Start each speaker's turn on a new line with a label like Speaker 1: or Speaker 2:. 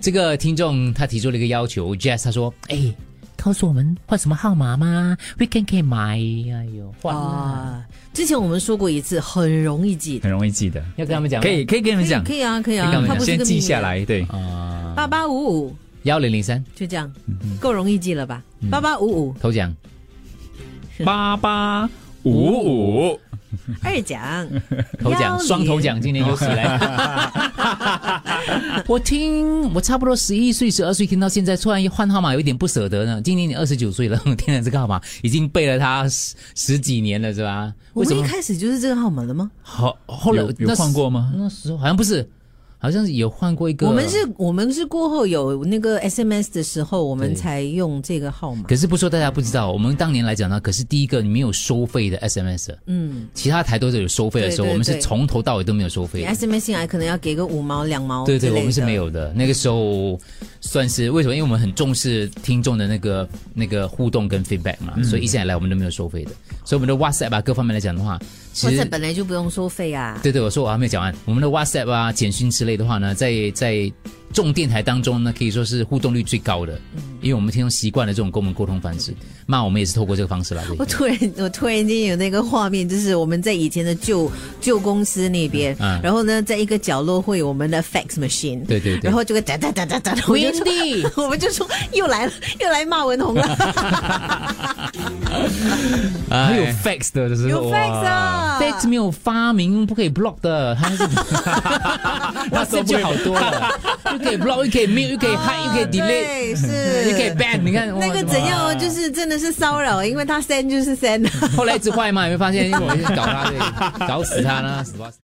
Speaker 1: 这个听众他提出了一个要求，Jazz 他说：“哎，告诉我们换什么号码吗？Weekend 可以买，哎呦，换啦，
Speaker 2: 啊，之前我们说过一次，很容易记的。
Speaker 3: 很容易记得。
Speaker 1: 要跟他们讲吗
Speaker 3: 可以，可以跟你们讲，
Speaker 2: 可以啊，可以
Speaker 3: 可以
Speaker 2: 啊
Speaker 3: 跟他，们
Speaker 2: 它
Speaker 3: 讲，
Speaker 2: 不是一
Speaker 3: 先
Speaker 2: 个
Speaker 3: 记
Speaker 2: 秘密
Speaker 3: 下。来。对，
Speaker 1: 啊，
Speaker 2: 八八五五
Speaker 1: 幺零零三
Speaker 2: 就这样，
Speaker 1: 嗯
Speaker 2: 够容易记了吧？八八五五
Speaker 1: 头奖
Speaker 3: 八八五五，
Speaker 2: 二奖，
Speaker 1: 头奖
Speaker 2: 10
Speaker 1: 双头奖，今年有史以来。 我听我差不多十一岁、十二岁听到现在，突然一换号码有一点不舍得呢。今年你二十九岁了， 听了这个号码已经背了它十十几年了，是吧？
Speaker 2: 我
Speaker 1: 为什
Speaker 2: 们一
Speaker 1: 么？
Speaker 2: 开始就是这个号码了吗？
Speaker 1: 好，后来
Speaker 3: 有有
Speaker 1: 那时
Speaker 3: 换过吗
Speaker 1: 那时候好像不是，好像是有换过一个。
Speaker 2: 我们是，我们是过后有那个 SMS 的时候，我们
Speaker 1: 对
Speaker 2: 才用这个号码。
Speaker 1: 可是不说大家不知道，我们当年来讲呢，可是第一个没有收费的 SMS，的
Speaker 2: 嗯
Speaker 1: 其他台都是有收费的时候，
Speaker 2: 对对
Speaker 1: 我们是
Speaker 2: 对
Speaker 1: 从头到尾都没有收费
Speaker 2: 你
Speaker 1: 的。
Speaker 2: ，SMS 进来可能要给个五毛两毛
Speaker 1: 对对，
Speaker 2: 之类
Speaker 1: 我们是
Speaker 2: 的
Speaker 1: 没有的。那个时候算是为什么？因为我们很重视听众的那个那个互动跟 feedback
Speaker 2: 嗯
Speaker 1: 嘛，所以一直以来我们都没有收费的。所以我们的 WhatsApp 啊，各方面来讲的话，其实
Speaker 2: WhatsApp 本来就不用收费啊。
Speaker 1: 对对，我说我还没有讲完。我们的 WhatsApp 啊、简讯之类的话呢，在在众电台当中呢，可以说是互动率最高的，
Speaker 2: 嗯
Speaker 1: 因为我们听众习惯了这种跟我们沟通方式。那我们也是透过这个方式来的。
Speaker 2: 我突然，我突然间有那个画面，就是我们在以前的旧旧公司那边，
Speaker 1: 嗯
Speaker 2: 然后呢，在一个角落会有我们的 fax machine，
Speaker 1: 对对对
Speaker 2: 然后就会哒哒哒哒哒，我就说
Speaker 1: Windy
Speaker 2: 我们就说又来了，又来骂文红了，
Speaker 1: 还
Speaker 3: 还
Speaker 1: 有
Speaker 3: 有 fax 的，就是
Speaker 2: 有 fax 啊
Speaker 1: fax 没有发明不可以 block 的，它 是 WhatsApp 就好多了，又可以 block，又可以 mute，又可以 hide，又可以 delete，
Speaker 2: 啊对，
Speaker 1: 又可以
Speaker 2: 是。
Speaker 1: ban。你看
Speaker 2: 那个怎？
Speaker 1: 哇
Speaker 2: 样？哦就是真的是骚扰，因为他 send 就是 send。
Speaker 1: 后来一直坏嘛，有没有发现？因为我一直搞他，对搞死他呢，死不死？